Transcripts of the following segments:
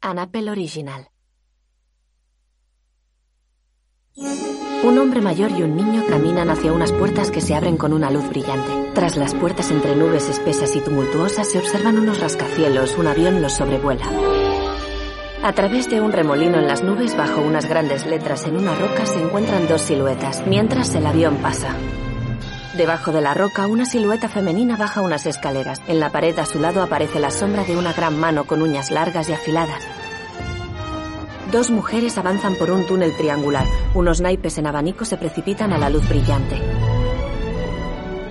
An Apple Original. Un hombre mayor y un niño caminan hacia unas puertas que se abren con una luz brillante. Tras las puertas entre nubes espesas y tumultuosas se observan unos rascacielos, un avión los sobrevuela. A través de un remolino en las nubes, bajo unas grandes letras en una roca, se encuentran dos siluetas, mientras el avión pasa. Debajo de la roca, una silueta femenina baja unas escaleras. En la pared a su lado aparece la sombra de una gran mano con uñas largas y afiladas. Dos mujeres avanzan por un túnel triangular. Unos naipes en abanico se precipitan a la luz brillante.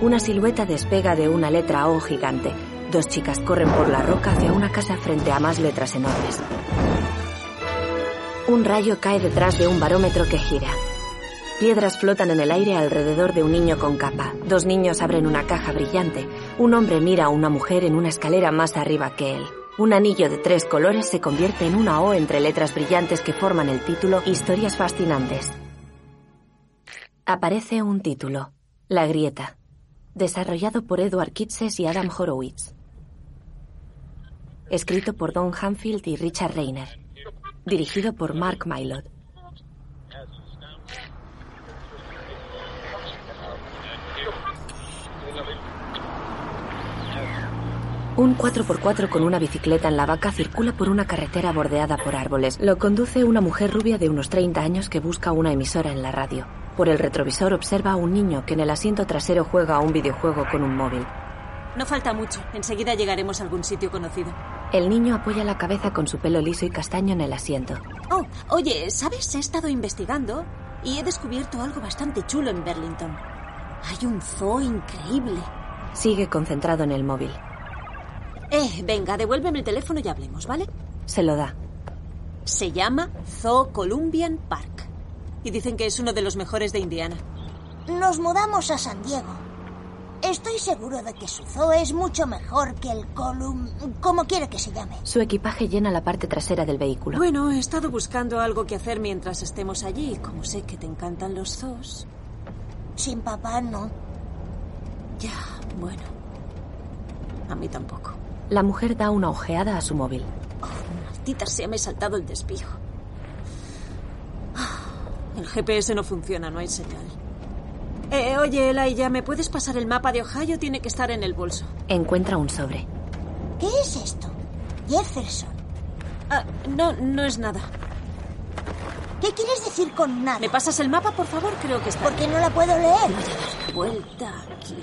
Una silueta despega de una letra O gigante. Dos chicas corren por la roca hacia una casa frente a más letras enormes. Un rayo cae detrás de un barómetro que gira. Piedras flotan en el aire alrededor de un niño con capa. Dos niños abren una caja brillante. Un hombre mira a una mujer en una escalera más arriba que él. Un anillo de tres colores se convierte en una O entre letras brillantes que forman el título Historias fascinantes. Aparece un título, La Grieta, desarrollado por Edward Kitses y Adam Horowitz. Escrito por Don Hanfield y Richard Reiner. Dirigido por Mark Mylod. Un 4x4 con una bicicleta en la vaca circula por una carretera bordeada por árboles. Lo conduce una mujer rubia de unos 30 años que busca una emisora en la radio. Por el retrovisor observa a un niño que en el asiento trasero juega a un videojuego con un móvil. No falta mucho. Enseguida llegaremos a algún sitio conocido. El niño apoya la cabeza con su pelo liso y castaño en el asiento. Oh, oye, ¿sabes? He estado investigando y he descubierto algo bastante chulo en Burlington. Hay un zoo increíble. Sigue concentrado en el móvil. Eh, venga, devuélveme el teléfono y hablemos, ¿vale? Se lo da. Se llama Zoo Columbian Park. Y dicen que es uno de los mejores de Indiana. Nos mudamos a San Diego. Estoy seguro de que su zoo es mucho mejor que el Colum... como quiera que se llame. Su equipaje llena la parte trasera del vehículo. Bueno, he estado buscando algo que hacer mientras estemos allí. y Como sé que te encantan los zoos. Sin papá, no. Ya, bueno. A mí tampoco. La mujer da una ojeada a su móvil. Maldita sea, me he saltado el despijo. El GPS no funciona, no hay señal. Eh, oye, Elaia, ¿me puedes pasar el mapa de Ohio? Tiene que estar en el bolso. Encuentra un sobre. ¿Qué es esto? Jefferson. Ah, no, no es nada. ¿Qué quieres decir con nada? ¿Me pasas el mapa, por favor? Creo que está. Porque no la puedo leer. Voy a dar vuelta aquí.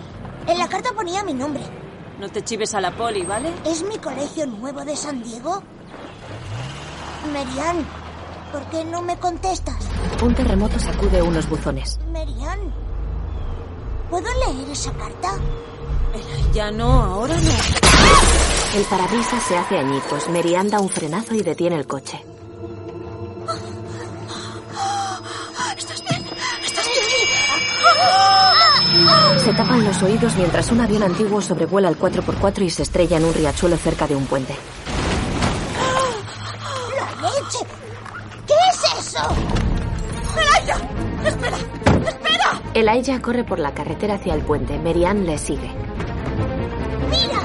En la carta ponía mi nombre. No te chives a la poli, ¿vale? ¿Es mi colegio nuevo de San Diego? Merian, ¿por qué no me contestas? Un terremoto sacude unos buzones. Merian, ¿puedo leer esa carta? Ya no, ahora no. El parabrisas se hace añicos. Mary Ann da un frenazo y detiene el coche. Se tapan los oídos mientras un avión antiguo sobrevuela el 4x4 y se estrella en un riachuelo cerca de un puente. ¡La leche! ¿Qué es eso? Elijah corre por la carretera hacia el puente. Mary Ann le sigue. ¡Mira!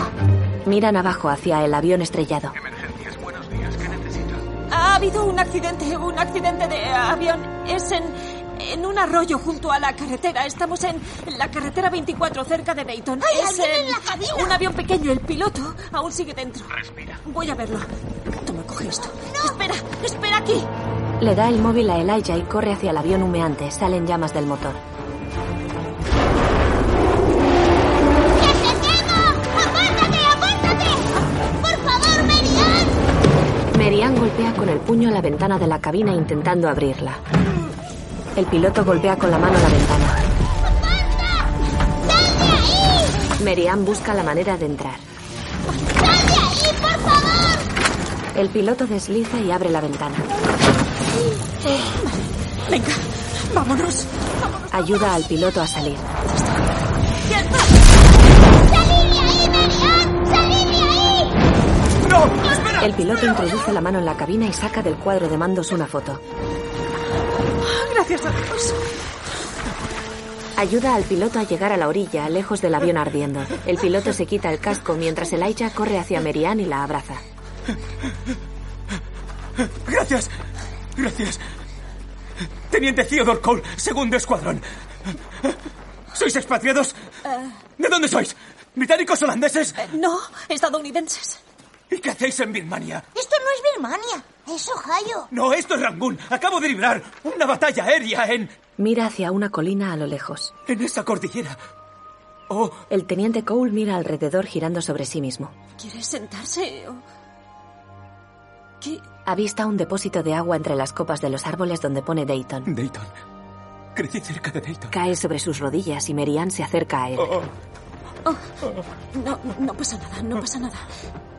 Miran abajo hacia el avión estrellado. Emergencias, buenos días, ¿qué necesitas? Ha habido un accidente, un accidente de avión. Es en, en un arroyo junto a la carretera. Estamos en la carretera 24, cerca de Dayton. ¡Hay es alguien en la cabina! un avión pequeño. El piloto aún sigue dentro. Respira. Voy a verlo. Toma, coge esto. Espera, espera aquí. Le da el móvil a Elijah y corre hacia el avión humeante. Salen llamas del motor. ¡Que te quemo! ¡Apártate, apártate! ¡Por favor, Merian! Mary Ann golpea con el puño la ventana de la cabina intentando abrirla. El piloto golpea con la mano la ventana. Mary Ann busca la manera de entrar. El piloto desliza y abre la ventana. Venga, vámonos. Ayuda al piloto a salir. ¡Quieto! El piloto introduce la mano en la cabina y saca del cuadro de mandos una foto. Gracias a Dios. Ayuda al piloto a llegar a la orilla, lejos del avión ardiendo. El piloto se quita el casco mientras Elijah corre hacia Merian y la abraza. Gracias. Gracias. Teniente Theodore Cole, segundo escuadrón. ¿Sois expatriados? ¿De dónde sois? ¿Británicos, holandeses? Eh, no, estadounidenses. ¿Y qué hacéis en Birmania? Esto no es Birmania, es Ohio. No, esto es Rangún. Acabo de librar una batalla aérea en... Mira hacia una colina a lo lejos. en esa cordillera. Oh, El teniente Cole mira alrededor girando sobre sí mismo. ¿Quiere sentarse o...? ¿Qué? Avista un depósito de agua entre las copas de los árboles donde pone Dayton. Dayton. Crecí cerca de Dayton. Cae sobre sus rodillas y Merian se acerca a él. Oh, No, no pasa nada, no pasa nada.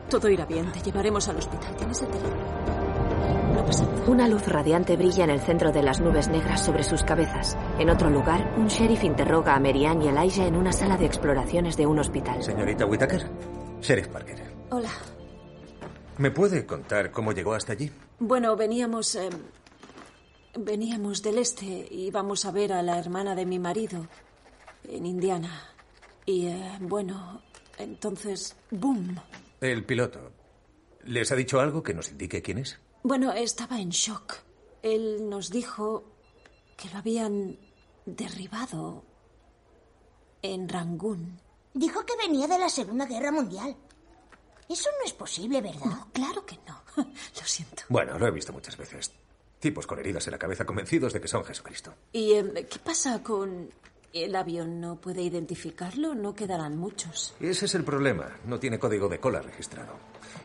Todo irá bien, te llevaremos al hospital. Tienes el teléfono. No pasa nada. Una luz radiante brilla en el centro de las nubes negras sobre sus cabezas. En otro lugar, un sheriff interroga a Merian y Elijah en una sala de exploraciones de un hospital. Señorita Whittaker, Sheriff Parker, Hola. ¿me puede contar cómo llegó hasta allí? Bueno, veníamos... eh, veníamos del este y íbamos a ver a la hermana de mi marido en Indiana. Y eh, bueno, entonces... ¡Boom! El piloto. ¿Les ha dicho algo que nos indique quién es? Bueno, estaba en shock. Él nos dijo que lo habían derribado en Rangún. Dijo que venía de la Segunda Guerra Mundial. Eso no es posible, ¿verdad? Claro que no. Lo siento. Bueno, lo he visto muchas veces. Tipos con heridas en la cabeza convencidos de que son Jesucristo. ¿Y em, qué pasa con el avión? ¿No puede identificarlo? No quedarán muchos. Ese es el problema. No tiene código de cola registrado.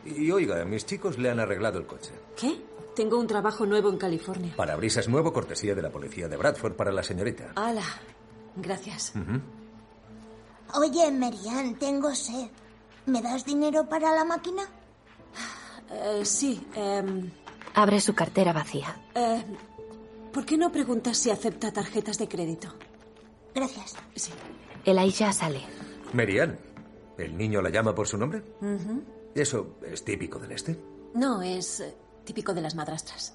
Y oiga, mis chicos le han arreglado el coche. ¿Qué? Tengo un trabajo nuevo en California. Parabrisas nuevo, cortesía de la policía de Bradford para la señorita. ¡Hala! Gracias. Oye, Merian, tengo sed. ¿Me das dinero para la máquina? Eh, sí. em, Abre su cartera vacía. em, ¿Por qué no preguntas si acepta tarjetas de crédito? Gracias. Sí. Elijah sale. Merian, ¿el niño la llama por su nombre? Eso es típico del este. No, es eh, típico de las madrastras.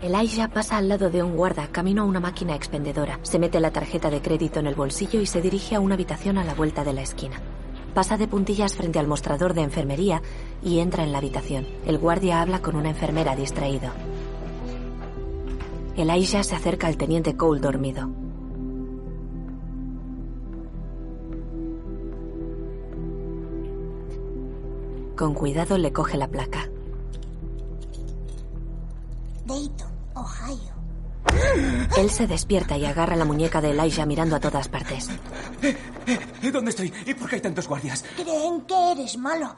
Elijah pasa al lado de un guarda, camino a una máquina expendedora. Se mete la tarjeta de crédito en el bolsillo y se dirige a una habitación a la vuelta de la esquina. Pasa de puntillas frente al mostrador de enfermería y entra en la habitación. El guardia habla con una enfermera distraído. Elijah se acerca al teniente Cole dormido. Con cuidado le coge la placa. Dayton, Ohio. Él se despierta y agarra la muñeca de Elijah mirando a todas partes. ¿Y ¿Dónde estoy? ¿Y por qué hay tantos guardias? Creen que eres malo.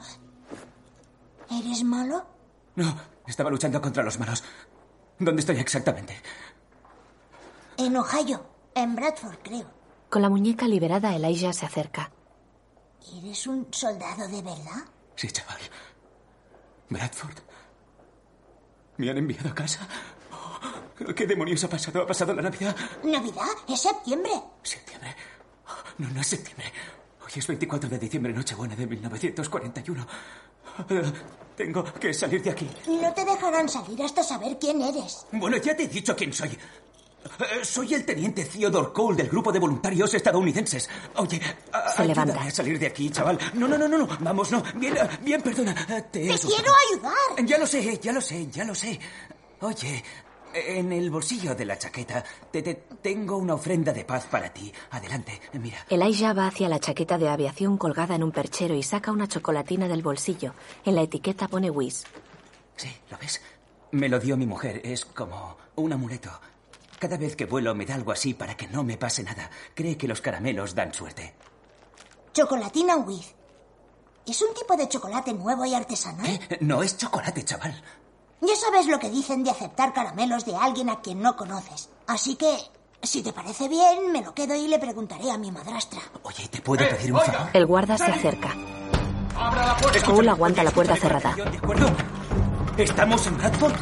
¿Eres malo? No, estaba luchando contra los malos. ¿Dónde estoy exactamente? En Ohio, en Bradford, creo. Con la muñeca liberada, Elijah se acerca. ¿Eres un soldado de verdad? Sí, chaval. Bradford. ¿Me han enviado a casa? Oh, ¿Qué demonios ha pasado? ¿Ha pasado la Navidad? Navidad es septiembre. ¿Septiembre? Oh, No, no es septiembre. Hoy es 24 de diciembre, Nochebuena de 1941. Eh, Tengo que salir de aquí. No te dejarán salir hasta saber quién eres. Bueno, ya te he dicho quién soy. Eh, Soy el teniente Theodore Cole del grupo de voluntarios estadounidenses. Oye, a- Se levanta. ayúdame a salir de aquí, chaval. No, no, no, no, no. Vamos, no. Bien, eh, bien, perdona. Eh, Te, he ¡Te asustado. quiero ayudar! Ya lo sé, ya lo sé, ya lo sé. Oye, en el bolsillo de la chaqueta te, te- tengo una ofrenda de paz para ti. Adelante, mira. Elijah va hacia la chaqueta de aviación colgada en un perchero y saca una chocolatina del bolsillo. En la etiqueta pone Whis. Sí, ¿lo ves? Me lo dio mi mujer. Es como un amuleto. Cada vez que vuelo me da algo así para que no me pase nada. Cree que los caramelos dan suerte. Chocolatina with. Es un tipo de chocolate nuevo y artesanal. ¿Eh? No es chocolate, chaval. Ya sabes lo que dicen de aceptar caramelos de alguien a quien no conoces. Así que, si te parece bien, me lo quedo y le preguntaré a mi madrastra. Oye, ¿te puedo pedir un favor? El guarda se acerca. Cole aguanta la puerta cerrada. ¿De acuerdo? ¿Estamos en Bradford?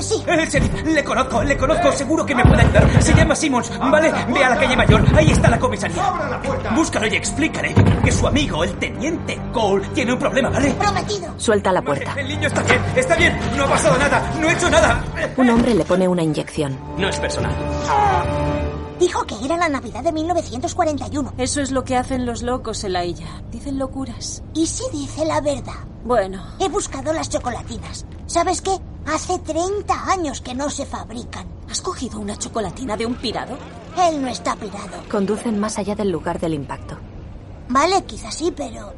Sí, Eh, sheriff, le conozco, le conozco, seguro que me puede ayudar. Se llama Simmons, ¿vale? Ve a la calle mayor, ahí está la comisaría. Búscalo y explícale que su amigo, el teniente Cole, tiene un problema, ¿vale? prometido. Suelta la puerta. El niño está bien, está bien, no ha pasado nada, no he hecho nada. Un hombre le pone una inyección. No es personal. Dijo que era la Navidad de 1941. Eso es lo que hacen los locos en la isla. Dicen locuras. Y sí dice la verdad. Bueno, He buscado las chocolatinas. ¿Sabes qué? Hace 30 años que no se fabrican. ¿has cogido una chocolatina de un pirado? Él no está pirado. Conducen más allá del lugar del impacto. Vale, quizás sí, pero...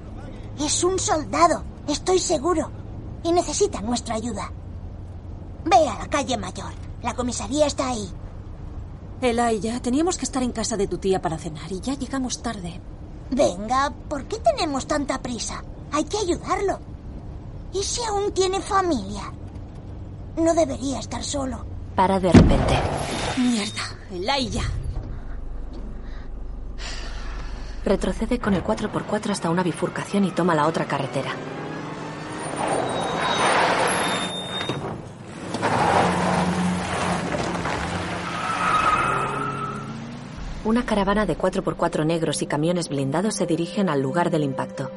Es un soldado, estoy seguro. Y necesita nuestra ayuda. Ve a la calle mayor. La comisaría está ahí. Elaya, teníamos que estar en casa de tu tía para cenar y ya llegamos tarde. Venga, ¿por qué tenemos tanta prisa? Hay que ayudarlo. ¿Y si aún tiene familia? No debería estar solo. Para de repente. Mierda, Elaya. Retrocede con el 4x4 hasta una bifurcación y toma la otra carretera. Una caravana de 4x4 negros y camiones blindados se dirigen al lugar del impacto.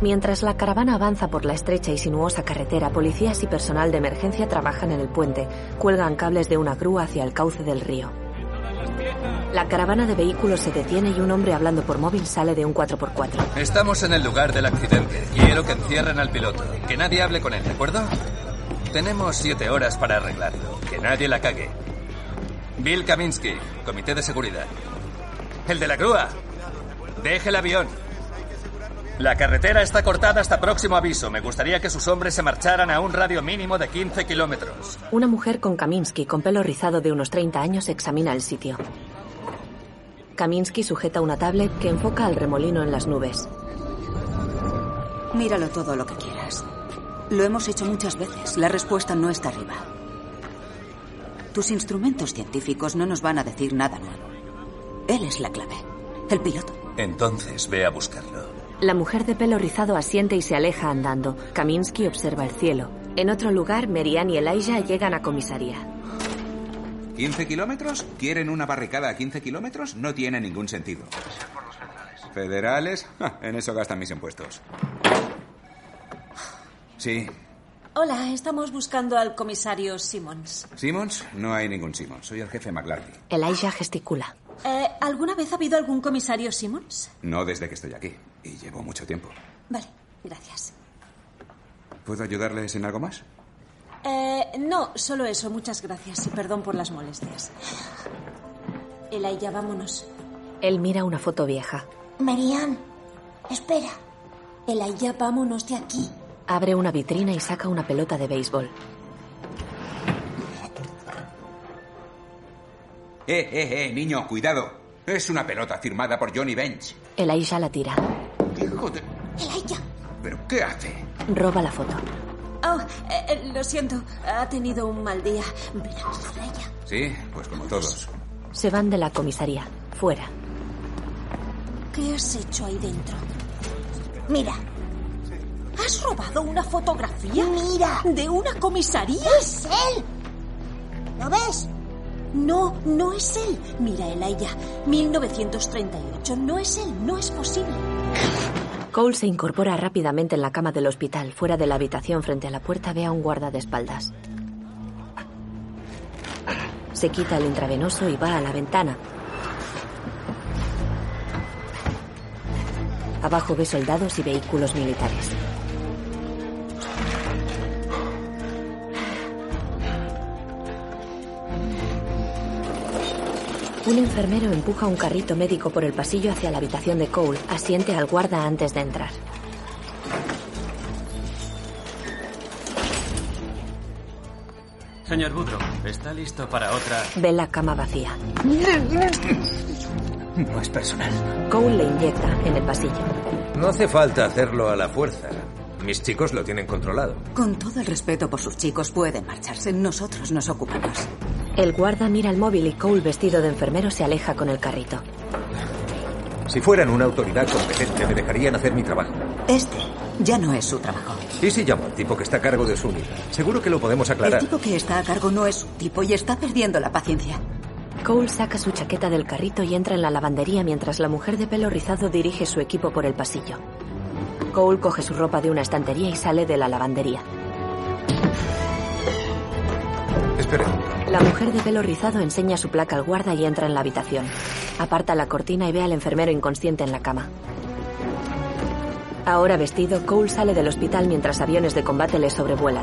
Mientras la caravana avanza por la estrecha y sinuosa carretera, policías y personal de emergencia trabajan en el puente, cuelgan cables de una grúa hacia el cauce del río. La caravana de vehículos se detiene y un hombre hablando por móvil sale de un 4x4. Estamos en el lugar del accidente. Quiero que encierren al piloto. Que nadie hable con él, ¿de acuerdo? Tenemos siete horas para arreglarlo. Que nadie la cague. Bill Kaminsky, Comité de Seguridad. El de la grúa. Deje el avión. La carretera está cortada hasta próximo aviso. Me gustaría que sus hombres se marcharan a un radio mínimo de 15 kilómetros. Una mujer con Kaminsky, con pelo rizado de unos 30 años, examina el sitio. Kaminsky sujeta una tablet que enfoca al remolino en las nubes. Míralo todo lo que quieras. Lo hemos hecho muchas veces. La respuesta no está arriba. Tus instrumentos científicos no nos van a decir nada nuevo. Él es la clave. El piloto. Entonces ve a buscarlo. La mujer de pelo rizado asiente y se aleja andando. Kaminsky observa el cielo. En otro lugar, Merian y Elijah llegan a comisaría. ¿15 kilómetros? ¿Quieren una barricada a 15 kilómetros? No tiene ningún sentido. ¿Federales? Ja, en eso gastan mis impuestos. Sí. Hola, estamos buscando al comisario Simmons. ¿Simmons? No hay ningún Simmons. Soy el jefe McLarty. Elijah gesticula. Eh, ¿Alguna vez ha habido algún comisario Simmons? No desde que estoy aquí. Y llevo mucho tiempo. Vale, gracias. ¿Puedo ayudarles en algo más? Eh, no, solo eso, muchas gracias y perdón por las molestias. Elaya, vámonos. Él mira una foto vieja. Marian, espera. Elaya, vámonos de aquí. Abre una vitrina y saca una pelota de béisbol. Eh, eh, eh, niño, cuidado. Es una pelota firmada por Johnny Bench. Elijah la tira. Hijo de- Elaya, ¿Pero qué hace? Roba la foto. Oh, eh, eh, lo siento, ha tenido un mal día. Ven aquí, Elaya. Sí, pues como todos. Se van de la comisaría. Fuera. ¿Qué has hecho ahí dentro? mira, ¿Has robado una fotografía mira. de una comisaría? Es él. ¿Lo ves? No, no es él. Mira, Elaya, 1938. No es él, no es posible. Cole se incorpora rápidamente en la cama del hospital. Fuera de la habitación, frente a la puerta, ve a un guardaespaldas. Se quita el intravenoso y va a la ventana. Abajo ve soldados y vehículos militares. Un enfermero empuja un carrito médico por el pasillo hacia la habitación de Cole. Asiente al guarda antes de entrar. Señor Woodrow, ¿está listo para otra? Ve la cama vacía. No es personal. Cole le inyecta en el pasillo. No hace falta hacerlo a la fuerza. Mis chicos lo tienen controlado. Con todo el respeto por sus chicos, pueden marcharse. Nosotros nos ocupamos. El guarda mira el móvil y Cole, vestido de enfermero, se aleja con el carrito. Si fueran una autoridad competente, me dejarían hacer mi trabajo. Este ya no es su trabajo. ¿Y si llamo al tipo que está a cargo de su unidad? Seguro que lo podemos El aclarar. tipo que está a cargo no es su tipo y está perdiendo la paciencia. Cole saca su chaqueta del carrito y entra en la lavandería mientras la mujer de pelo rizado dirige su equipo por el pasillo. Cole coge su ropa de una estantería y sale de la lavandería. Esperemos. La mujer de pelo rizado enseña su placa al guarda y entra en la habitación. Aparta la cortina y ve al enfermero inconsciente en la cama. Ahora vestido, Cole sale del hospital mientras aviones de combate le sobrevuelan.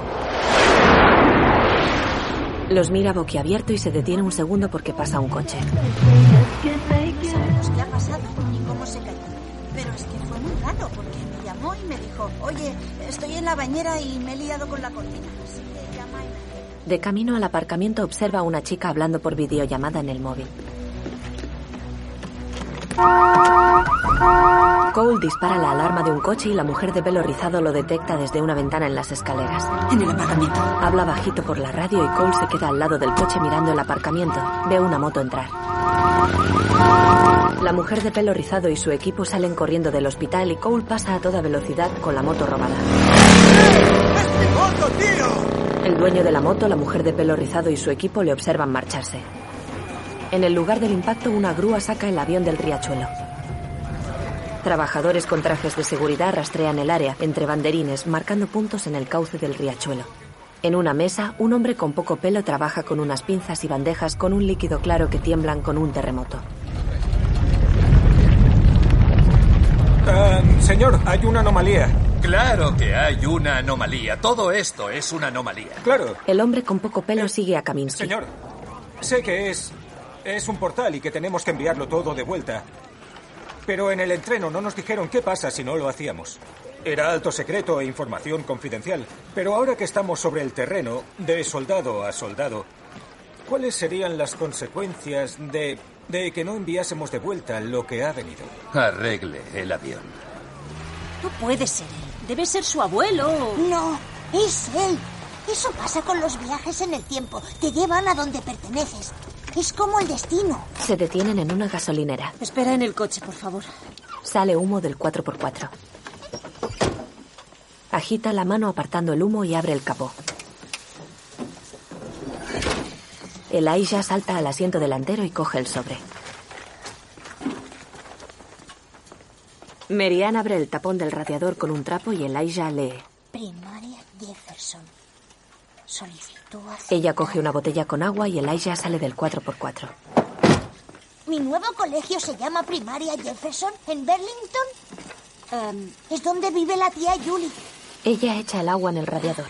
Los mira boquiabierto y se detiene un segundo porque pasa un coche. Sabemos qué ha pasado y cómo se cayó. Pero es que fue muy raro porque me llamó y me dijo, oye, estoy en la bañera y me he liado con la cortina. Así que llama y me-". De camino al aparcamiento observa a una chica hablando por videollamada en el móvil. Cole dispara la alarma de un coche y la mujer de pelo rizado lo detecta desde una ventana en las escaleras. En el aparcamiento. Habla bajito por la radio y Cole se queda al lado del coche mirando el aparcamiento. Ve una moto entrar. La mujer de pelo rizado y su equipo salen corriendo del hospital y Cole pasa a toda velocidad con la moto robada. El dueño de la moto, la mujer de pelo rizado y su equipo le observan marcharse. En el lugar del impacto, una grúa saca el avión del riachuelo. Trabajadores con trajes de seguridad rastrean el área entre banderines, marcando puntos en el cauce del riachuelo. En una mesa, un hombre con poco pelo trabaja con unas pinzas y bandejas con un líquido claro que tiemblan con un terremoto. señor, hay una anomalía. Claro que hay una anomalía. Todo esto es una anomalía. Claro. El hombre con poco pelo sigue a Kaminsky. Señor, sé que es. es un portal y que tenemos que enviarlo todo de vuelta. Pero en el entreno no nos dijeron qué pasa si no lo hacíamos. Era alto secreto e información confidencial. Pero ahora que estamos sobre el terreno, de soldado a soldado, ¿cuáles serían las consecuencias de. de que no enviásemos de vuelta lo que ha venido? Arregle el avión. No puede ser él. Debe ser su abuelo. No, es él. Eso pasa con los viajes en el tiempo. Te llevan a donde perteneces. Es como el destino. Se detienen en una gasolinera. Espera en el coche, por favor. Sale humo del 4x4. Agita la mano apartando el humo y abre el capó. Elijah salta al asiento delantero y coge el sobre. Marianne abre el tapón del radiador con un trapo y Elijah lee. Primaria Jefferson. Solicitó hace... Ella coge una botella con agua y Elijah sale del 4x4. ¿Mi nuevo colegio se llama Primaria Jefferson en Burlington? Em, es donde vive la tía Julie. Ella echa el agua en el radiador.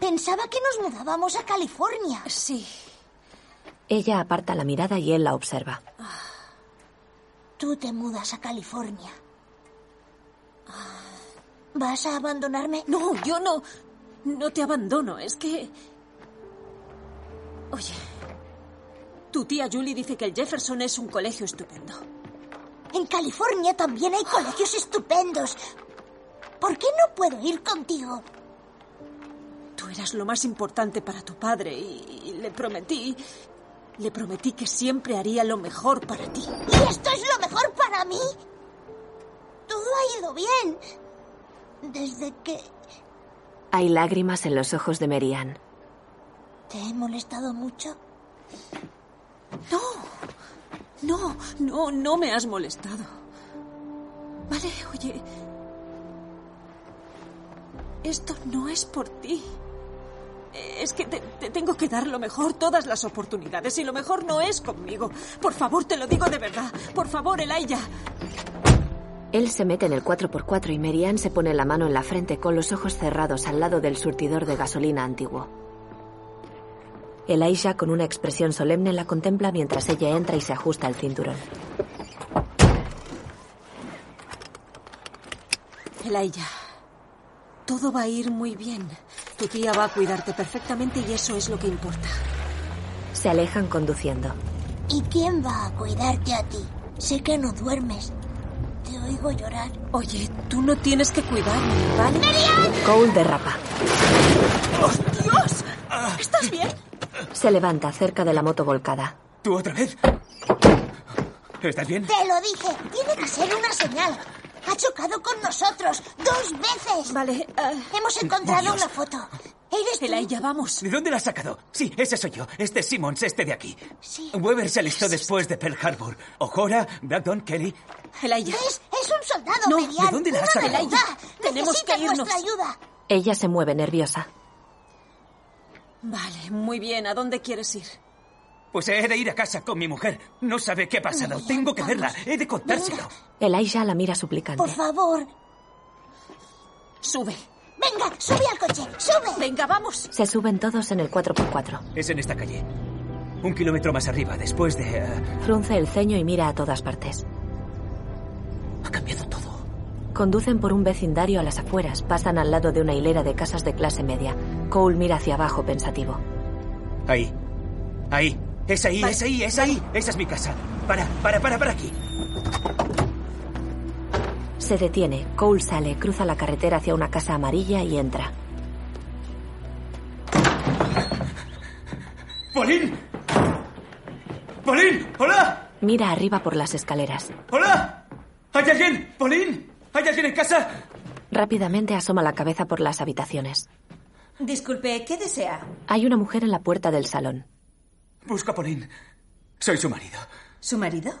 Pensaba que nos mudábamos a California. Sí. Ella aparta la mirada y él la observa. Tú te mudas a California. Ah, ¿Vas a abandonarme? No, yo no. No te abandono. Es que. Oye. Tu tía Julie dice que el Jefferson es un colegio estupendo. En California también hay colegios estupendos. ¿Por qué no puedo ir contigo? Tú eras lo más importante para tu padre y, y le prometí. Le prometí que siempre haría lo mejor para ti. ¿Y esto es lo mejor para mí? Todo ha ido bien. Desde que Hay lágrimas en los ojos de Merian. te he molestado mucho. No, no, no, no me has molestado. Vale, oye. Esto no es por ti. Es que te, te tengo que dar lo mejor, todas las oportunidades, y lo mejor no es conmigo. Por favor, te lo digo de verdad. Por favor, Elaya. Él se mete en el 4x4 y Merian se pone la mano en la frente con los ojos cerrados al lado del surtidor de gasolina antiguo. Elijah, con una expresión solemne, la contempla mientras ella entra y se ajusta el cinturón. Elaya, todo va a ir muy bien. Tu tía va a cuidarte perfectamente y eso es lo que importa. Se alejan conduciendo. ¿Y quién va a cuidarte a ti? Sé que no duermes. Te oigo llorar. Oye, tú no tienes que cuidarme, ¿vale? Cole derrapa. ¡Dios! ¿Estás bien? Se levanta cerca de la moto volcada. ¿Tú otra vez? ¿Estás bien? Te lo dije. Tiene que ser una señal. Ha chocado con nosotros dos veces. Vale. eh, Hemos encontrado una foto. ¿Eres tú? Elaya, vamos. ¿De dónde la has sacado? Sí, ese soy yo. Este es Simmons, este de aquí. Sí. Weber se alistó después de Pearl Harbor. O'Hora, Bragdon, Kelly. Elaya. ¿Ves? Es un soldado, No, Merian. ¿de dónde la has Una sacado? ayuda. Tenemos Necesita que irnos. nuestra ayuda. Ella se mueve nerviosa. Vale, muy bien. ¿A dónde quieres ir? Pues he de ir a casa con mi mujer. No sabe qué ha pasado. Tengo que verla. He de contárselo. Elijah la mira suplicante. Por favor. Sube. Venga, sube al coche. Sube. Venga, vamos. Se suben todos en el 4x4. Es en esta calle. Un kilómetro más arriba, después de... eh, Frunce el ceño y mira a todas partes. Ha cambiado todo. Conducen por un vecindario a las afueras, pasan al lado de una hilera de casas de clase media. Cole mira hacia abajo pensativo. Ahí. Ahí. Es ahí, es ahí, es ahí. Esa es mi casa. Para, para, para, para aquí. Se detiene, Cole sale, cruza la carretera hacia una casa amarilla y entra. ¡Polín! ¡Polín! ¡Hola! Mira arriba por las escaleras. ¡Hola! ¿Hay alguien? ¿Polín? ¿Hay alguien en casa? Rápidamente asoma la cabeza por las habitaciones. Disculpe, ¿qué desea? Hay una mujer en la puerta del salón. Busca a Pauline. Soy su marido. ¿Su marido?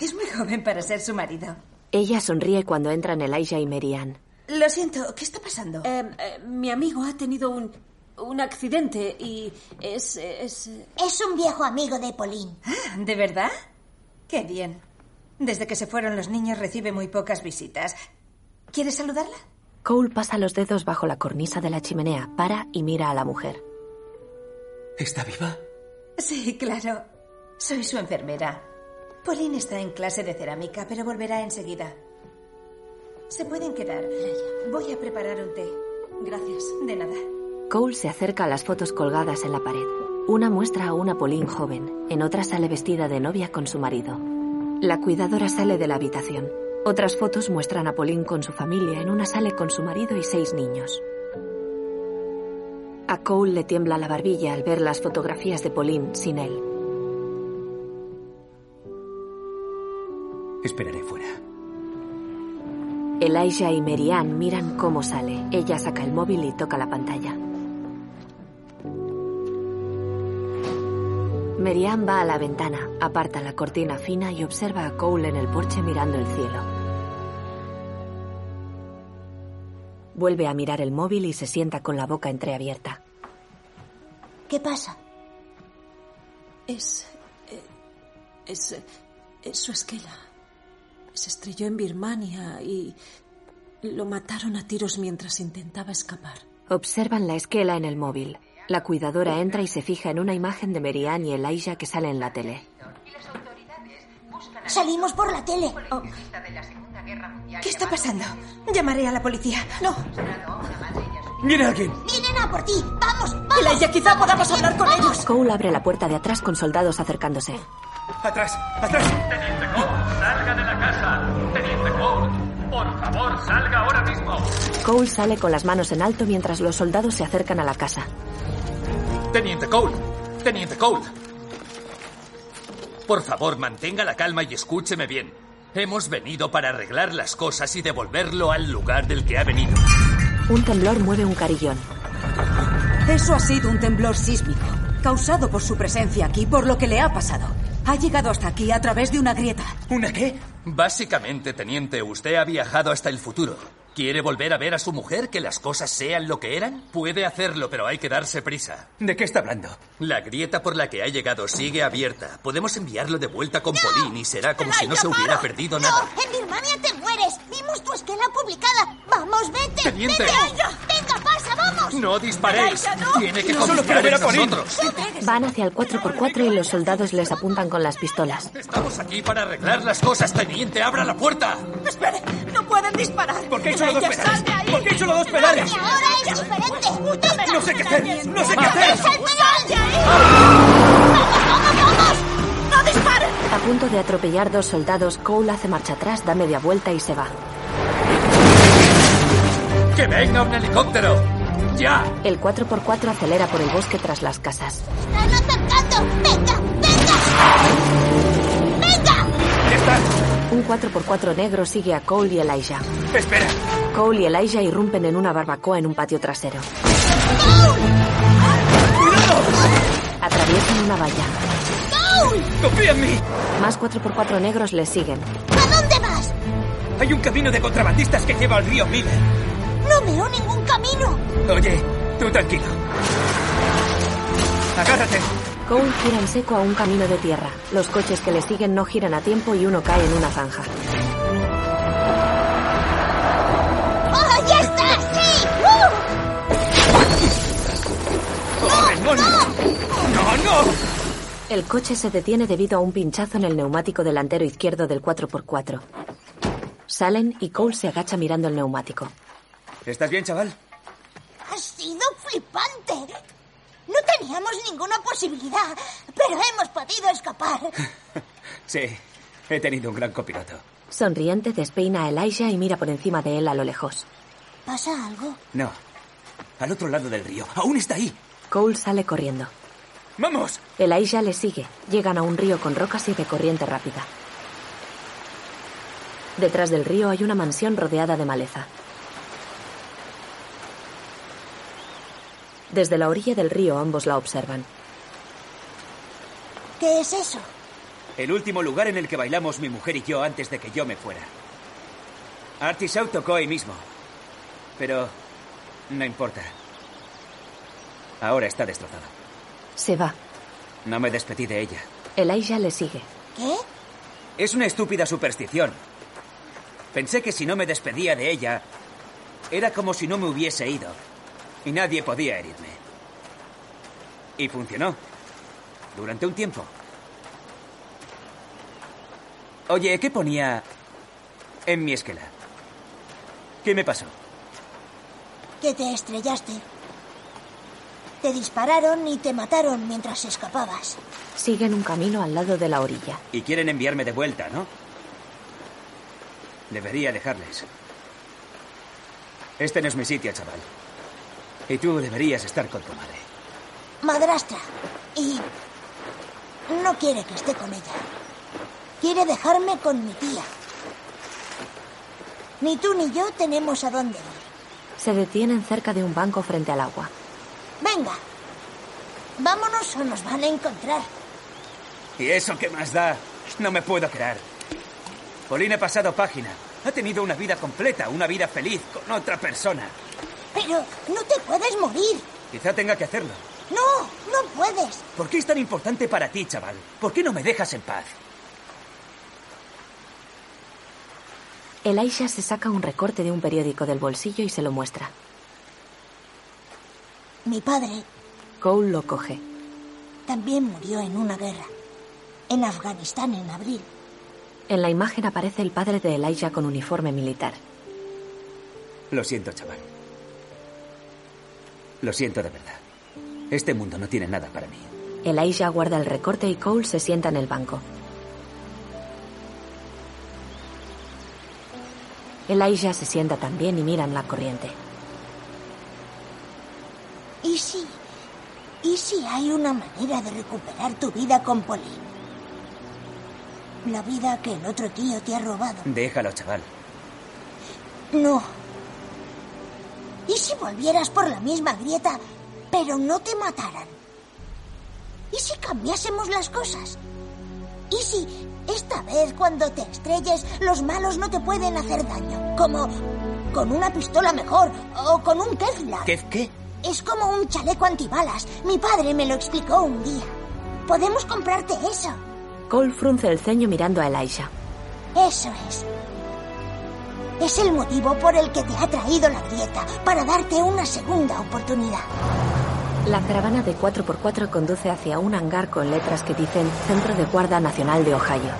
Es muy joven para ser su marido. Ella sonríe cuando entran Elijah y Merian. Lo siento, ¿qué está pasando? Eh, mi amigo ha tenido un, un accidente y es, es... eh, Es un viejo amigo de Pauline. Ah, ¿De verdad? Qué bien. Desde que se fueron los niños recibe muy pocas visitas. ¿Quieres saludarla? Cole pasa los dedos bajo la cornisa de la chimenea, para y mira a la mujer. ¿Está viva? Sí, claro. Soy su enfermera. Pauline está en clase de cerámica, pero volverá enseguida. Se pueden quedar. Voy a preparar un té. Gracias. De nada. Cole se acerca a las fotos colgadas en la pared. Una muestra a una Pauline joven, en otra sale vestida de novia con su marido. La cuidadora sale de la habitación. Otras fotos muestran a Pauline con su familia, en una sale con su marido y seis niños. A Cole le tiembla la barbilla al ver las fotografías de Pauline sin él. Esperaré fuera. Elijah y Marianne miran cómo sale. Ella saca el móvil y toca la pantalla. Marianne va a la ventana, aparta la cortina fina y observa a Cole en el porche mirando el cielo. Vuelve a mirar el móvil y se sienta con la boca entreabierta. ¿Qué pasa? Es... eh, es... eh, es su esquela. Se estrelló en Birmania y lo mataron a tiros mientras intentaba escapar. Observan la esquela en el móvil. La cuidadora entra y se fija en una imagen de Marianne y Elijah que sale en la tele. Salimos por la tele. Oh. ¿Qué está pasando? Llamaré a la policía. No. ¡Viene alguien! Vienen a por ti. Vamos, vamos. Elijah, quizá podamos hablar con ellos. Cole abre la puerta de atrás con soldados acercándose. ¡Atrás! ¡Atrás! Teniente Cole, salga de la casa. Teniente Cole, por favor, salga ahora mismo. Cole sale con las manos en alto mientras los soldados se acercan a la casa. Teniente Cole, Teniente Cole. Por favor, mantenga la calma y escúcheme bien. Hemos venido para arreglar las cosas y devolverlo al lugar del que ha venido. Un temblor mueve un carillón. Eso ha sido un temblor sísmico, causado por su presencia aquí, por lo que le ha pasado. Ha llegado hasta aquí a través de una grieta. ¿Una qué? Básicamente, teniente, usted ha viajado hasta el futuro. ¿Quiere volver a ver a su mujer que las cosas sean lo que eran? Puede hacerlo, pero hay que darse prisa. ¿De qué está hablando? La grieta por la que ha llegado sigue abierta. Podemos enviarlo de vuelta con Pauline y será como si no se Elijah, hubiera para. perdido no, nada. en Birmania te mueres. Vimos tu esquela publicada. Vamos, vete. Teniente. Vete. Venga, pasa, vamos. ¡No disparéis! Elijah, no. ¡Tiene que No solo quiero confiar ver en a Pauline. nosotros! Van hacia el 4x4 y los soldados les apuntan con las pistolas. Estamos aquí para arreglar las cosas, teniente. ¡Abra la puerta! Espere, no pueden disparar. ¿Por qué hay solo dos Elijah, pedales? sal de ahí. ¿Por qué hay solo dos pedales? Y ahora es diferente. Venga. ¡No sé qué hacer! ¡No sé qué hacer! ¡Es el pedal! A punto de atropellar dos soldados, Cole hace marcha atrás, da media vuelta y se va. ¡Que venga un helicóptero! ¡Ya! El 4x4 acelera por el bosque tras las casas. ¡Están acercando! ¡Venga, venga! ¡Venga! ¡Ya está! Un 4x4 negro sigue a Cole y Elijah. ¡Espera! Cole y Elijah irrumpen en una barbacoa en un patio trasero. Atraviesan una valla. ¡Confía en mí! Más 4x4 negros les siguen. ¿A dónde vas? Hay un camino de contrabandistas que lleva al río Miller. No veo ningún camino. Oye, tú tranquilo. agárrate. Cole gira en seco a un camino de tierra. Los coches que le siguen no giran a tiempo y uno cae en una zanja. ¡Oh, ya está! ¡Sí! ¡Uh! ¡No, no! Oh, ¡No, no! El coche se detiene debido a un pinchazo en el neumático delantero izquierdo del 4x4. Salen y Cole se agacha mirando el neumático. ¿Estás bien, chaval? ¡Ha sido flipante! No teníamos ninguna posibilidad, pero hemos podido escapar. Sí, he tenido un gran copiloto. Sonriente despeina a Elijah y mira por encima de él a lo lejos. ¿Pasa algo? No, al otro lado del río. Aún está ahí. Cole sale corriendo. ¡Vamos! Elijah le sigue. Llegan a un río con rocas y de corriente rápida. Detrás del río hay una mansión rodeada de maleza. Desde la orilla del río ambos la observan. ¿Qué es eso? El último lugar en el que bailamos mi mujer y yo antes de que yo me fuera. Artisau tocó ahí mismo. Pero no importa. Ahora está destrozado. Se va. No me despedí de ella. Elijah le sigue. ¿Qué? Es una estúpida superstición. Pensé que si no me despedía de ella, era como si no me hubiese ido. Y nadie podía herirme. Y funcionó. Durante un tiempo. Oye, ¿qué ponía en mi esquela? ¿Qué me pasó? Que te estrellaste. Te dispararon y te mataron mientras escapabas. Siguen un camino al lado de la orilla. Y quieren enviarme de vuelta, ¿no? Debería dejarles. Este no es mi sitio, chaval. Y tú deberías estar con tu madre. Madrastra. Y no quiere que esté con ella. Quiere dejarme con mi tía. Ni tú ni yo tenemos a dónde ir. Se detienen cerca de un banco frente al agua. Venga. Vámonos o nos van a encontrar. ¿Y eso qué más da? No me puedo creer. Pauline ha pasado página. Ha tenido una vida completa, una vida feliz con otra persona. Pero no te puedes morir. Quizá tenga que hacerlo. No, no puedes. ¿Por qué es tan importante para ti, chaval? ¿Por qué no me dejas en paz? Elijah se saca un recorte de un periódico del bolsillo y se lo muestra. Mi padre Cole lo coge. también murió en una guerra. En Afganistán en abril. En la imagen aparece el padre de Elijah con uniforme militar. Lo siento, chaval. Lo siento de verdad. Este mundo no tiene nada para mí. Elijah guarda el recorte y Cole se sienta en el banco. Elijah se sienta también y miran la corriente. ¿Y si... ¿Y si hay una manera de recuperar tu vida con Pauline? La vida que el otro tío te ha robado. Déjalo, chaval. No. ¿Y si volvieras por la misma grieta, pero no te mataran? ¿Y si cambiásemos las cosas? ¿Y si esta vez cuando te estrelles los malos no te pueden hacer daño? Como con una pistola mejor o con un Kevlar. ¿Qué? ¿Qué? Es como un chaleco antibalas. Mi padre me lo explicó un día. Podemos comprarte eso. Cole frunce el ceño mirando a Elijah. Eso es. Es el motivo por el que te ha traído la grieta, para darte una segunda oportunidad. La caravana de 4x4 conduce hacia un hangar con letras que dicen Centro de Guarda Nacional de Ohio.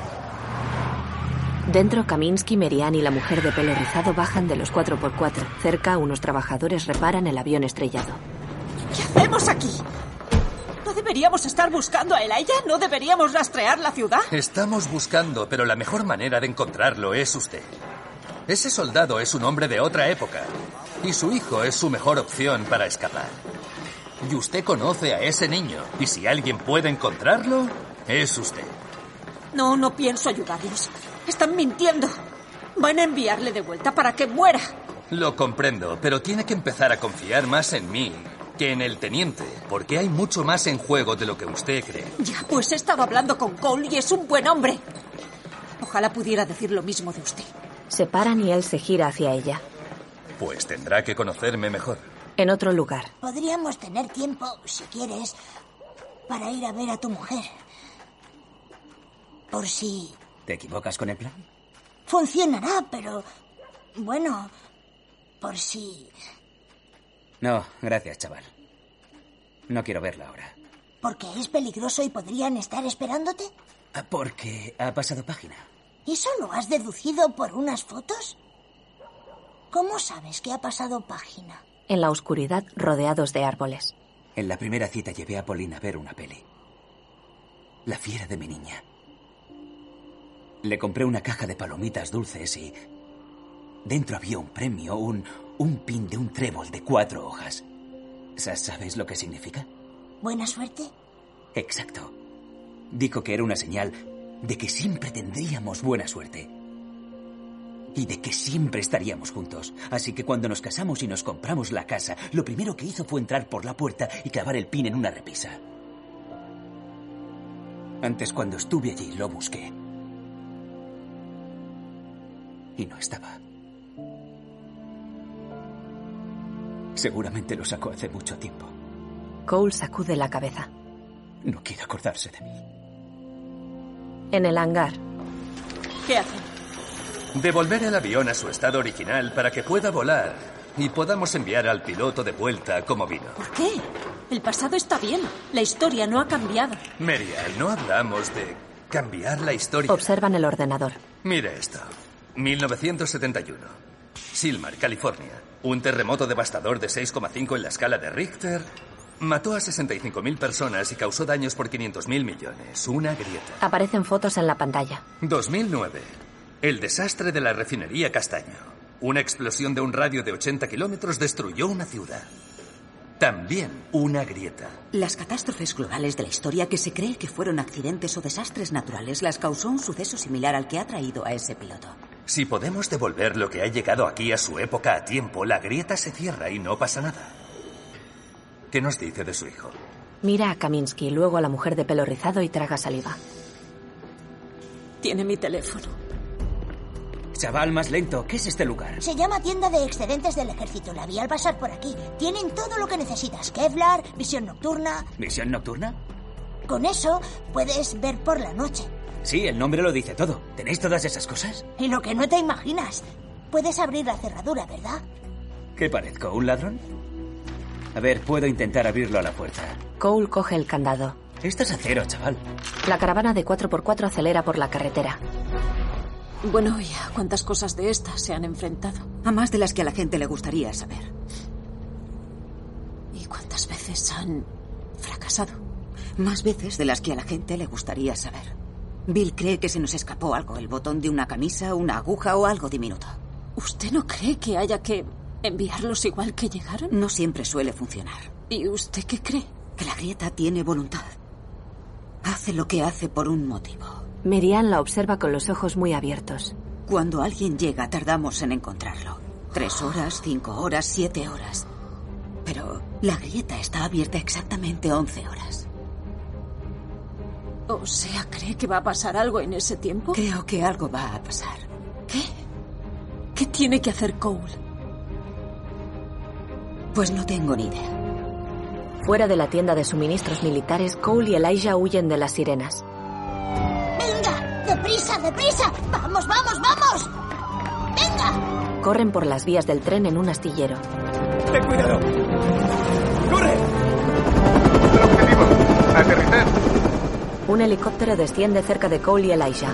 Dentro, Kaminsky, Merian y la mujer de pelo rizado bajan de los 4x4. Cerca, unos trabajadores reparan el avión estrellado. ¿Qué hacemos aquí? ¿No deberíamos estar buscando a Elijah? ¿No deberíamos rastrear la ciudad? Estamos buscando, pero la mejor manera de encontrarlo es usted. Ese soldado es un hombre de otra época y su hijo es su mejor opción para escapar. Y usted conoce a ese niño y si alguien puede encontrarlo, es usted. No, no pienso ayudarlos. Están mintiendo. Van a enviarle de vuelta para que muera. Lo comprendo, pero tiene que empezar a confiar más en mí que en el teniente, porque hay mucho más en juego de lo que usted cree. Ya, pues he estado hablando con Cole y es un buen hombre. Ojalá pudiera decir lo mismo de usted. Se paran y él se gira hacia ella. Pues tendrá que conocerme mejor. En otro lugar, Podríamos tener tiempo, si quieres, para ir a ver a tu mujer. Por si ¿Te equivocas con el plan? funcionará, pero bueno, por si No, gracias, chaval. No quiero verla ahora. porque es peligroso y podrían estar esperándote. Ah, Porque ha pasado página. ¿Eso lo has deducido por unas fotos? ¿Cómo sabes que ha pasado página? En la oscuridad, rodeados de árboles. En la primera cita llevé a Paulina a ver una peli. La fiera de mi niña. Le compré una caja de palomitas dulces y... Dentro había un premio, un, un pin de un trébol de cuatro hojas. Sa- ¿Sabes lo que significa? Buena suerte. Exacto. Dijo que era una señal de que siempre tendríamos buena suerte. Y de que siempre estaríamos juntos. Así que cuando nos casamos y nos compramos la casa, lo primero que hizo fue entrar por la puerta y clavar el pin en una repisa. Antes, cuando estuve allí, lo busqué. Y no estaba. Seguramente lo sacó hace mucho tiempo. Cole sacude la cabeza. No quiere acordarse de mí. En el hangar, ¿Qué hacen? Devolver el avión a su estado original para que pueda volar y podamos enviar al piloto de vuelta como vino. ¿Por qué? El pasado está bien. La historia no ha cambiado. Merial, no hablamos de cambiar la historia. observan el ordenador. Mira esto. 1971. Silmar, California. Un terremoto devastador de 6,5 en la escala de Richter mató a 65.000 personas y causó daños por 500.000 millones. Una grieta. Aparecen fotos en la pantalla. 2009. El desastre de la refinería Castaño. Una explosión de un radio de 80 kilómetros destruyó una ciudad. También una grieta. Las catástrofes globales de la historia que se cree que fueron accidentes o desastres naturales las causó un suceso similar al que ha traído a ese piloto. Si podemos devolver lo que ha llegado aquí a su época a tiempo, la grieta se cierra y no pasa nada. ¿Qué nos dice de su hijo? Mira a Kaminsky, luego a la mujer de pelo rizado y traga saliva. Tiene mi teléfono. Chaval, más lento. ¿Qué es este lugar? Se llama tienda de excedentes del ejército. La vi al pasar por aquí. Tienen todo lo que necesitas. Kevlar, visión nocturna. ¿Visión nocturna? Con eso puedes ver por la noche. Sí, el nombre lo dice todo. ¿Tenéis todas esas cosas? Y lo que no te imaginas. Puedes abrir la cerradura, ¿verdad? ¿Qué parezco? ¿Un ladrón? A ver, puedo intentar abrirlo a la fuerza. Cole coge el candado. Esto es acero, chaval. La caravana de 4x4 acelera por la carretera. Bueno, ¿y a cuántas cosas de estas se han enfrentado? A más de las que a la gente le gustaría saber. ¿Y cuántas veces han fracasado? Más veces de las que a la gente le gustaría saber. Bill cree que se nos escapó algo, el botón de una camisa, una aguja o algo diminuto. ¿Usted no cree que haya que enviarlos igual que llegaron? No siempre suele funcionar. ¿Y usted qué cree? Que la grieta tiene voluntad. Hace lo que hace por un motivo. Merian la observa con los ojos muy abiertos. Cuando alguien llega, tardamos en encontrarlo. Tres horas, cinco horas, siete horas. Pero la grieta está abierta exactamente once horas. O sea, ¿cree que va a pasar algo en ese tiempo? Creo que algo va a pasar. ¿Qué? ¿Qué tiene que hacer Cole? Pues no tengo ni idea. Fuera de la tienda de suministros militares, Cole y Elijah huyen de las sirenas. ¡Venga! ¡Deprisa, deprisa! ¡Vamos, vamos, vamos! ¡Venga! Corren por las vías del tren en un astillero. ¡Ten cuidado! ¡Corre! Un helicóptero desciende cerca de Cole y Elijah.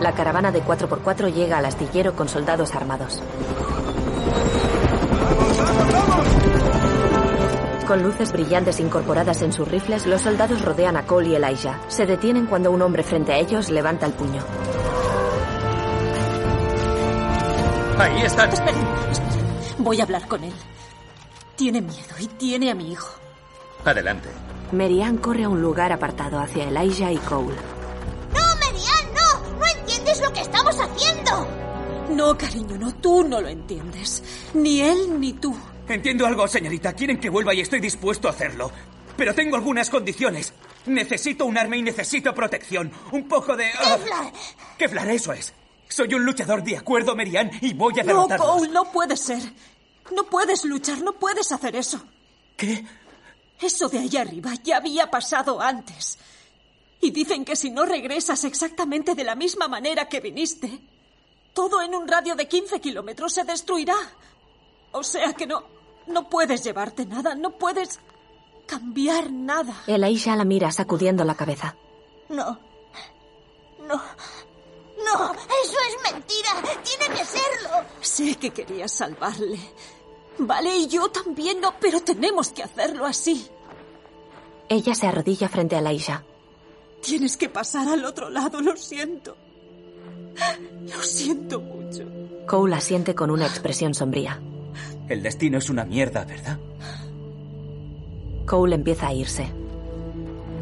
La caravana de 4x4 llega al astillero con soldados armados. Con luces brillantes incorporadas en sus rifles, los soldados rodean a Cole y Elijah. Se detienen cuando un hombre frente a ellos levanta el puño. Ahí están. Voy a hablar con él. Tiene miedo y tiene a mi hijo. Adelante. Merian corre a un lugar apartado hacia Elijah y Cole. ¡No, Merian, no! ¡No entiendes lo que estamos haciendo! No, cariño, no, tú no lo entiendes. Ni él ni tú. Entiendo algo, señorita. Quieren que vuelva y estoy dispuesto a hacerlo. Pero tengo algunas condiciones. Necesito un arma y necesito protección. Un poco de... ah, ¡Kevlar! Kevlar, eso es. Soy un luchador, de acuerdo, Merian, y voy a No, derrotarlos. Cole, no puede ser. No puedes luchar, no puedes hacer eso. ¿Qué? Eso de allá arriba ya había pasado antes. Y dicen que si no regresas exactamente de la misma manera que viniste, todo en un radio de 15 kilómetros se destruirá. O sea que no, no puedes llevarte nada, no puedes cambiar nada. El Aisha la mira sacudiendo la cabeza. No. No. No, eso es mentira. Tiene que serlo. Sé que querías salvarle. Vale, y yo también no, pero tenemos que hacerlo así. Ella se arrodilla frente a Laisha. Tienes que pasar al otro lado, lo siento. Lo siento mucho. Cole asiente con una expresión sombría. El destino es una mierda, ¿verdad? Cole empieza a irse.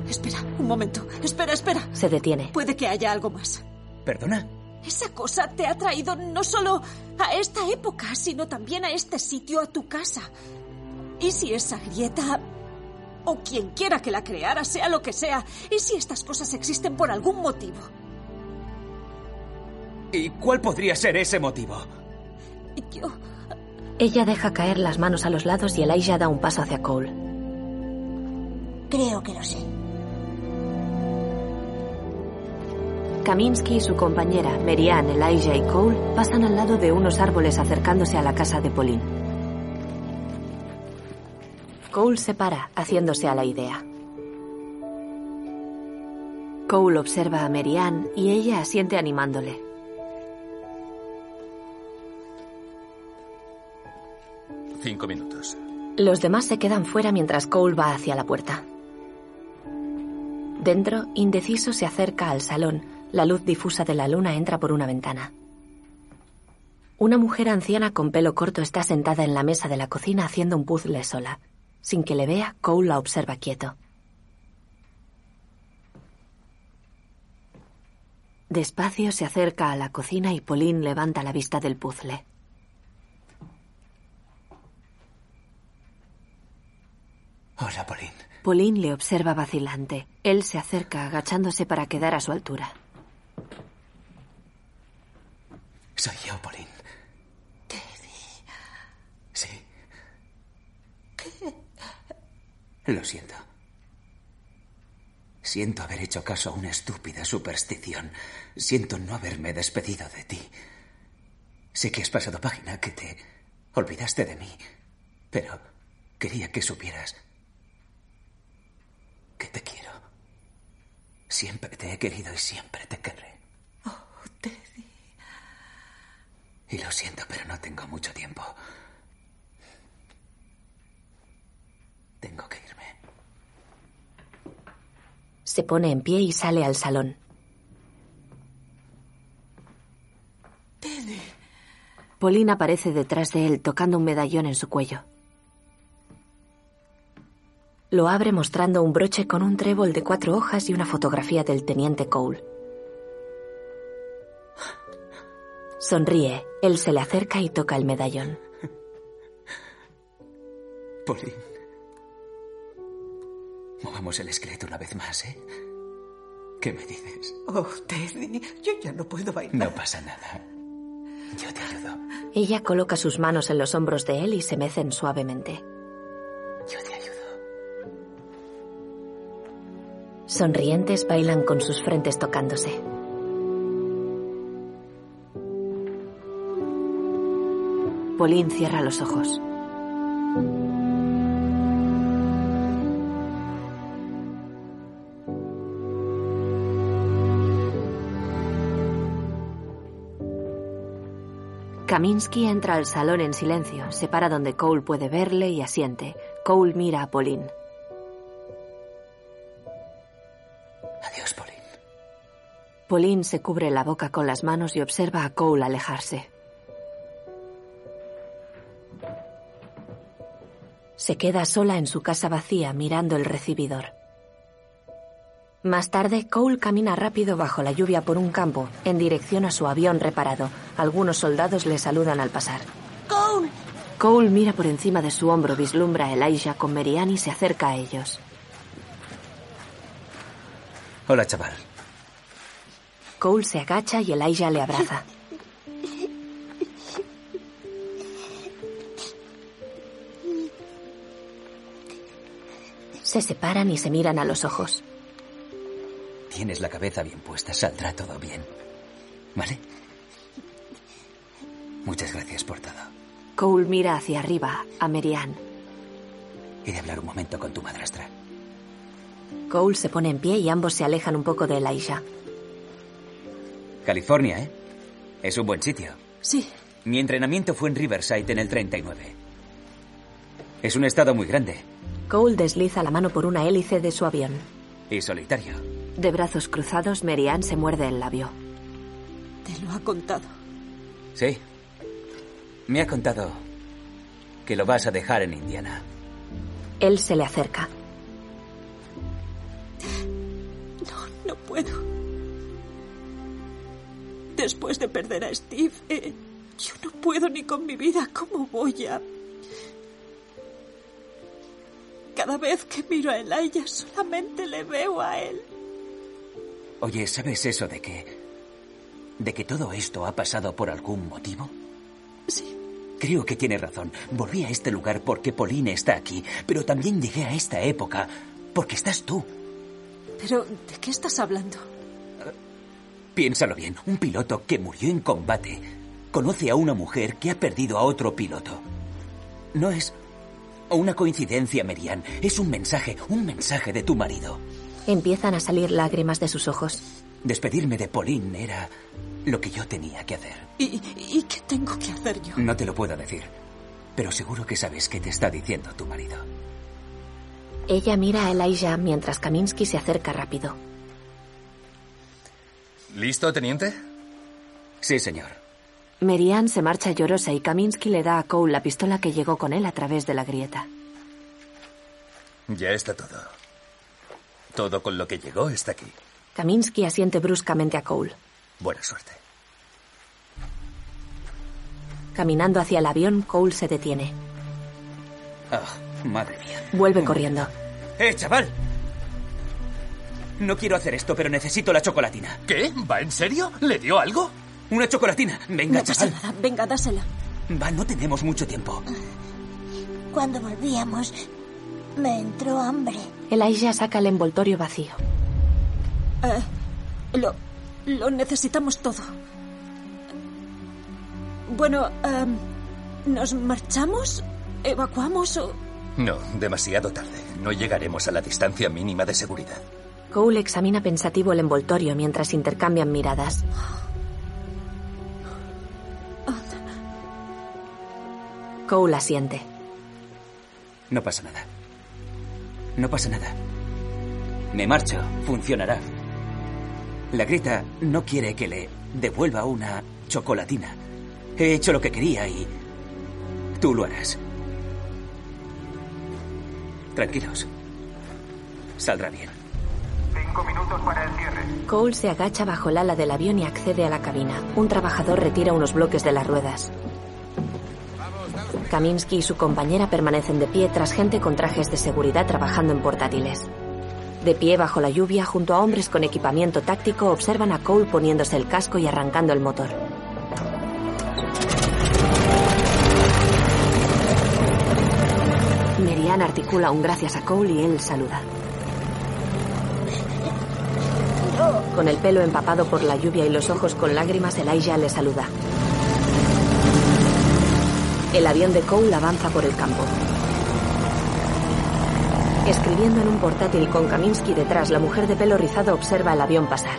Espera, un momento. Espera, espera. Se detiene. Puede que haya algo más. ¿Perdona? Esa cosa te ha traído no solo a esta época, sino también a este sitio, a tu casa. ¿Y si esa grieta o quien quiera que la creara, sea lo que sea, y si estas cosas existen por algún motivo? ¿Y cuál podría ser ese motivo? Yo... Ella deja caer las manos a los lados y Elijah da un paso hacia Cole. Creo que lo sé. Kaminsky y su compañera, Marianne, Elijah y Cole, pasan al lado de unos árboles acercándose a la casa de Pauline. Cole se para, haciéndose a la idea. Cole observa a Marianne y ella asiente animándole. Cinco minutos. Los demás se quedan fuera mientras Cole va hacia la puerta. Dentro, indeciso se acerca al salón. La luz difusa de la luna entra por una ventana. Una mujer anciana con pelo corto está sentada en la mesa de la cocina haciendo un puzzle sola. Sin que le vea, Cole la observa quieto. Despacio se acerca a la cocina y Pauline levanta la vista del puzzle. Hola, Pauline. Pauline le observa vacilante. Él se acerca agachándose para quedar a su altura. Soy yo, Pauline. Teddy. Sí, ¿Qué? lo siento. Siento haber hecho caso a una estúpida superstición. Siento no haberme despedido de ti. Sé que has pasado página, que te olvidaste de mí, pero quería que supieras que te quiero. Siempre te he querido y siempre te querré. Oh, Teddy. Y lo siento, pero no tengo mucho tiempo. Tengo que irme. Se pone en pie y sale al salón. Teddy. Pauline aparece detrás de él tocando un medallón en su cuello. Lo abre mostrando un broche con un trébol de cuatro hojas y una fotografía del teniente Cole. Sonríe. Él se le acerca y toca el medallón. Pauline. Movamos Pues el esqueleto una vez más, ¿eh? ¿Qué me dices? Oh, Teddy, yo ya no puedo bailar. No pasa nada. Yo te ayudo. Ella coloca sus manos en los hombros de él y se mecen suavemente. Yo te ayudo. Sonrientes bailan con sus frentes tocándose. Pauline cierra los ojos. Kaminsky entra al salón en silencio, se para donde Cole puede verle y asiente. Cole mira a Pauline. Adiós, Pauline. Pauline se cubre la boca con las manos y observa a Cole alejarse. Se queda sola en su casa vacía mirando el recibidor. Más tarde, Cole camina rápido bajo la lluvia por un campo, en dirección a su avión reparado. Algunos soldados le saludan al pasar. Cole, Cole mira por encima de su hombro, vislumbra a Elijah con Merian y se acerca a ellos. Hola, chaval. Cole se agacha y Elijah le abraza. Se separan y se miran a los ojos. Tienes la cabeza bien puesta, saldrá todo bien. ¿Vale? Muchas gracias por todo. Cole mira hacia arriba, a Merian. He de hablar un momento con tu madrastra. Cole se pone en pie y ambos se alejan un poco de Elijah. California, ¿eh? Es un buen sitio. Sí. Mi entrenamiento fue en Riverside en el 39. Es un estado muy grande Cole desliza la mano por una hélice de su avión. y solitario. De brazos cruzados, Merian se muerde el labio. Te lo ha contado. Sí. Me ha contado que lo vas a dejar en Indiana. Él se le acerca. No puedo. Después de perder a Steve, eh, yo no puedo ni con mi vida. ¿Cómo voy a...? Cada vez que miro a Elijah solamente le veo a él. Oye, ¿sabes eso de que... de que todo esto ha pasado por algún motivo? Sí. Creo que tiene razón. Volví a este lugar porque Pauline está aquí, pero también llegué a esta época porque estás tú. Pero, ¿de qué estás hablando? Piénsalo bien, un piloto que murió en combate conoce a una mujer que ha perdido a otro piloto. No es una coincidencia, Merian, es un mensaje, un mensaje de tu marido. Empiezan a salir lágrimas de sus ojos. Despedirme de Pauline era lo que yo tenía que hacer. ¿Y, y qué tengo que hacer yo? No te lo puedo decir, pero seguro que sabes qué te está diciendo tu marido. Ella mira a Elijah mientras Kaminsky se acerca rápido. ¿Listo, teniente? Sí, señor. Merian se marcha llorosa y Kaminsky le da a Cole la pistola que llegó con él a través de la grieta. Ya está todo. Todo con lo que llegó está aquí. Kaminsky asiente bruscamente a Cole. Buena suerte. Caminando hacia el avión, Cole se detiene. Ah, madre mía. Vuelve corriendo. ¡Eh, chaval! No quiero hacer esto, pero necesito la chocolatina. ¿Qué? ¿Va en serio? ¿Le dio algo? Una chocolatina. Venga, no pasa chaval. nada. Venga, dásela. Va, no tenemos mucho tiempo. Cuando volvíamos, me entró hambre. Elijah saca el envoltorio vacío. Eh, lo, lo necesitamos todo. Bueno, em, ¿nos marchamos? ¿Evacuamos o...? No, demasiado tarde. No llegaremos a la distancia mínima de seguridad. Cole examina pensativo el envoltorio mientras intercambian miradas. Cole asiente. No pasa nada. No pasa nada. Me marcho. Funcionará. La grita no quiere que le devuelva una chocolatina. He hecho lo que quería y... Tú lo harás. Tranquilos. Saldrá bien. Cole se agacha bajo el ala del avión y accede a la cabina. Un trabajador retira unos bloques de las ruedas. Kaminsky y su compañera permanecen de pie tras gente con trajes de seguridad trabajando en portátiles. De pie bajo la lluvia, junto a hombres con equipamiento táctico, observan a Cole poniéndose el casco y arrancando el motor. Merian articula un gracias a Cole y él saluda. Con el pelo empapado por la lluvia y los ojos con lágrimas, Elijah le saluda. El avión de Cole avanza por el campo. Escribiendo en un portátil con Kaminsky detrás, la mujer de pelo rizado observa el avión pasar.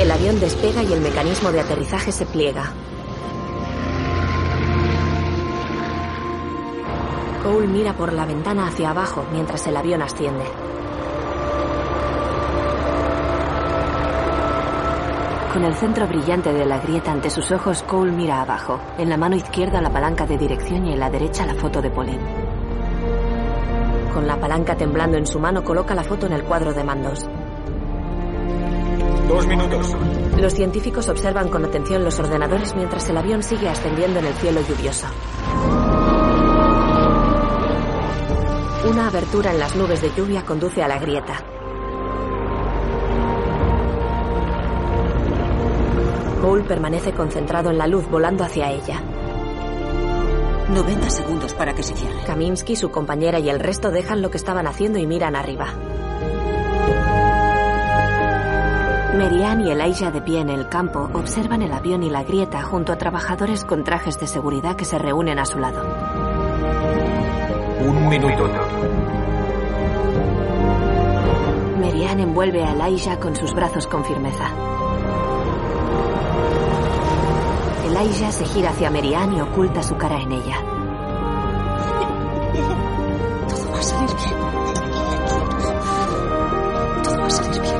El avión despega y el mecanismo de aterrizaje se pliega. Cole mira por la ventana hacia abajo mientras el avión asciende. Con el centro brillante de la grieta ante sus ojos, Cole mira abajo. En la mano izquierda la palanca de dirección y en la derecha la foto de Pauline. Con la palanca temblando en su mano, coloca la foto en el cuadro de mandos. Dos minutos. Los científicos observan con atención los ordenadores mientras el avión sigue ascendiendo en el cielo lluvioso. Una abertura en las nubes de lluvia conduce a la grieta. Cole permanece concentrado en la luz volando hacia ella. 90 segundos para que se cierre. Kaminsky, su compañera y el resto dejan lo que estaban haciendo y miran arriba. Merian y Elijah de pie en el campo observan el avión y la grieta junto a trabajadores con trajes de seguridad que se reúnen a su lado. Un minuto. Merian envuelve a Elijah con sus brazos con firmeza. Elijah se gira hacia Merian y oculta su cara en ella. Todo va a salir bien. Todo va a salir bien.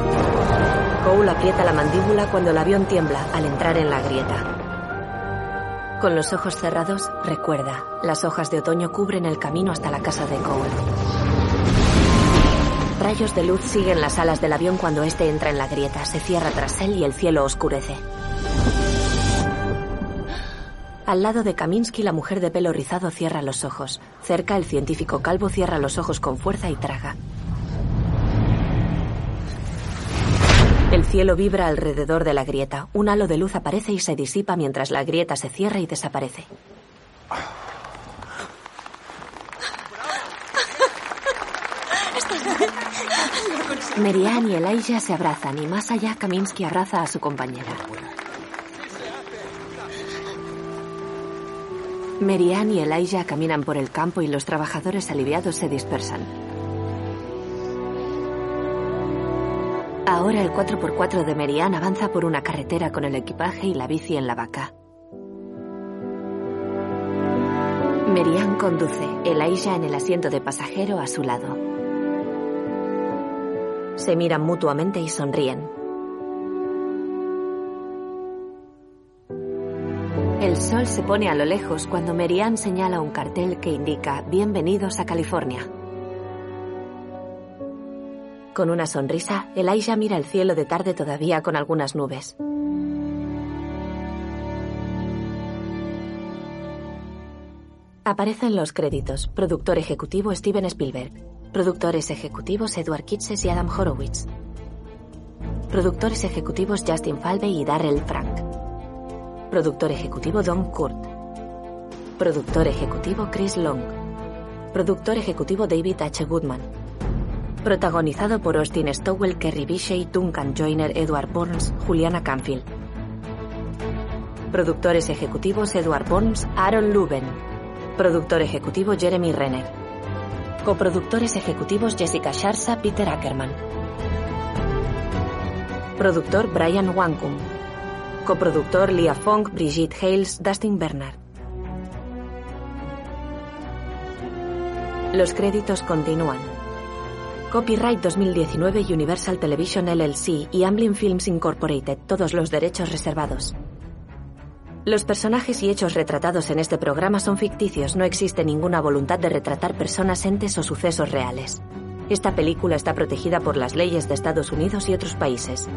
Cole aprieta la mandíbula cuando el avión tiembla al entrar en la grieta. Con los ojos cerrados, recuerda, las hojas de otoño cubren el camino hasta la casa de Cole. Rayos de luz siguen las alas del avión cuando este entra en la grieta, se cierra tras él y el cielo oscurece. Al lado de Kaminsky, la mujer de pelo rizado cierra los ojos. Cerca, el científico calvo cierra los ojos con fuerza y traga. El cielo vibra alrededor de la grieta. Un halo de luz aparece y se disipa mientras la grieta se cierra y desaparece. Estás bien. Lo conseguí. Merian y Elijah se abrazan y más allá Kaminsky abraza a su compañera. Merian y Elijah caminan por el campo y los trabajadores aliviados se dispersan. Ahora el 4x4 de Merian avanza por una carretera con el equipaje y la bici en la vaca. Merian conduce, Elijah en el asiento de pasajero a su lado. Se miran mutuamente y sonríen. El sol se pone a lo lejos cuando Merian señala un cartel que indica Bienvenidos a California. Con una sonrisa, Elijah mira el cielo de tarde todavía con algunas nubes. Aparecen los créditos. Productor ejecutivo Steven Spielberg. Productores ejecutivos Edward Kitses y Adam Horowitz. Productores ejecutivos Justin Falvey y Darrell Frank. Productor ejecutivo Don Kurt. Productor ejecutivo Chris Long. Productor ejecutivo David H. Goodman. Protagonizado por Austin Stowell, Kerry Bishey, Duncan Joyner, Edward Burns, Juliana Canfield. Productores ejecutivos Edward Burns, Aaron Luben. Productor ejecutivo Jeremy Renner. Coproductores ejecutivos Jessica Sharsa, Peter Ackerman. Productor Brian Wankum. Coproductor Lia Fong, Brigitte Hales, Dustin Bernard. Los créditos continúan. Copyright 2019 Universal Television LLC y Amblin Films Incorporated, todos los derechos reservados. Los personajes y hechos retratados en este programa son ficticios, no existe ninguna voluntad de retratar personas, entes o sucesos reales. Esta película está protegida por las leyes de Estados Unidos y otros países.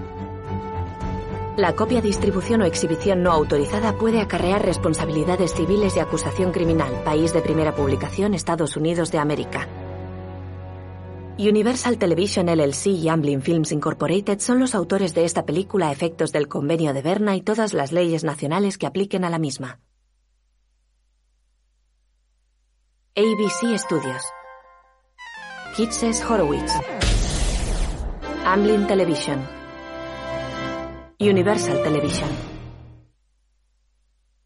La copia, distribución o exhibición no autorizada puede acarrear responsabilidades civiles y acusación criminal, país de primera publicación Estados Unidos de América. Universal Television LLC y Amblin Films Incorporated son los autores de esta película a efectos del Convenio de Berna y todas las leyes nacionales que apliquen a la misma. ABC Studios. Kitses Horowitz. Amblin Television. Universal Television.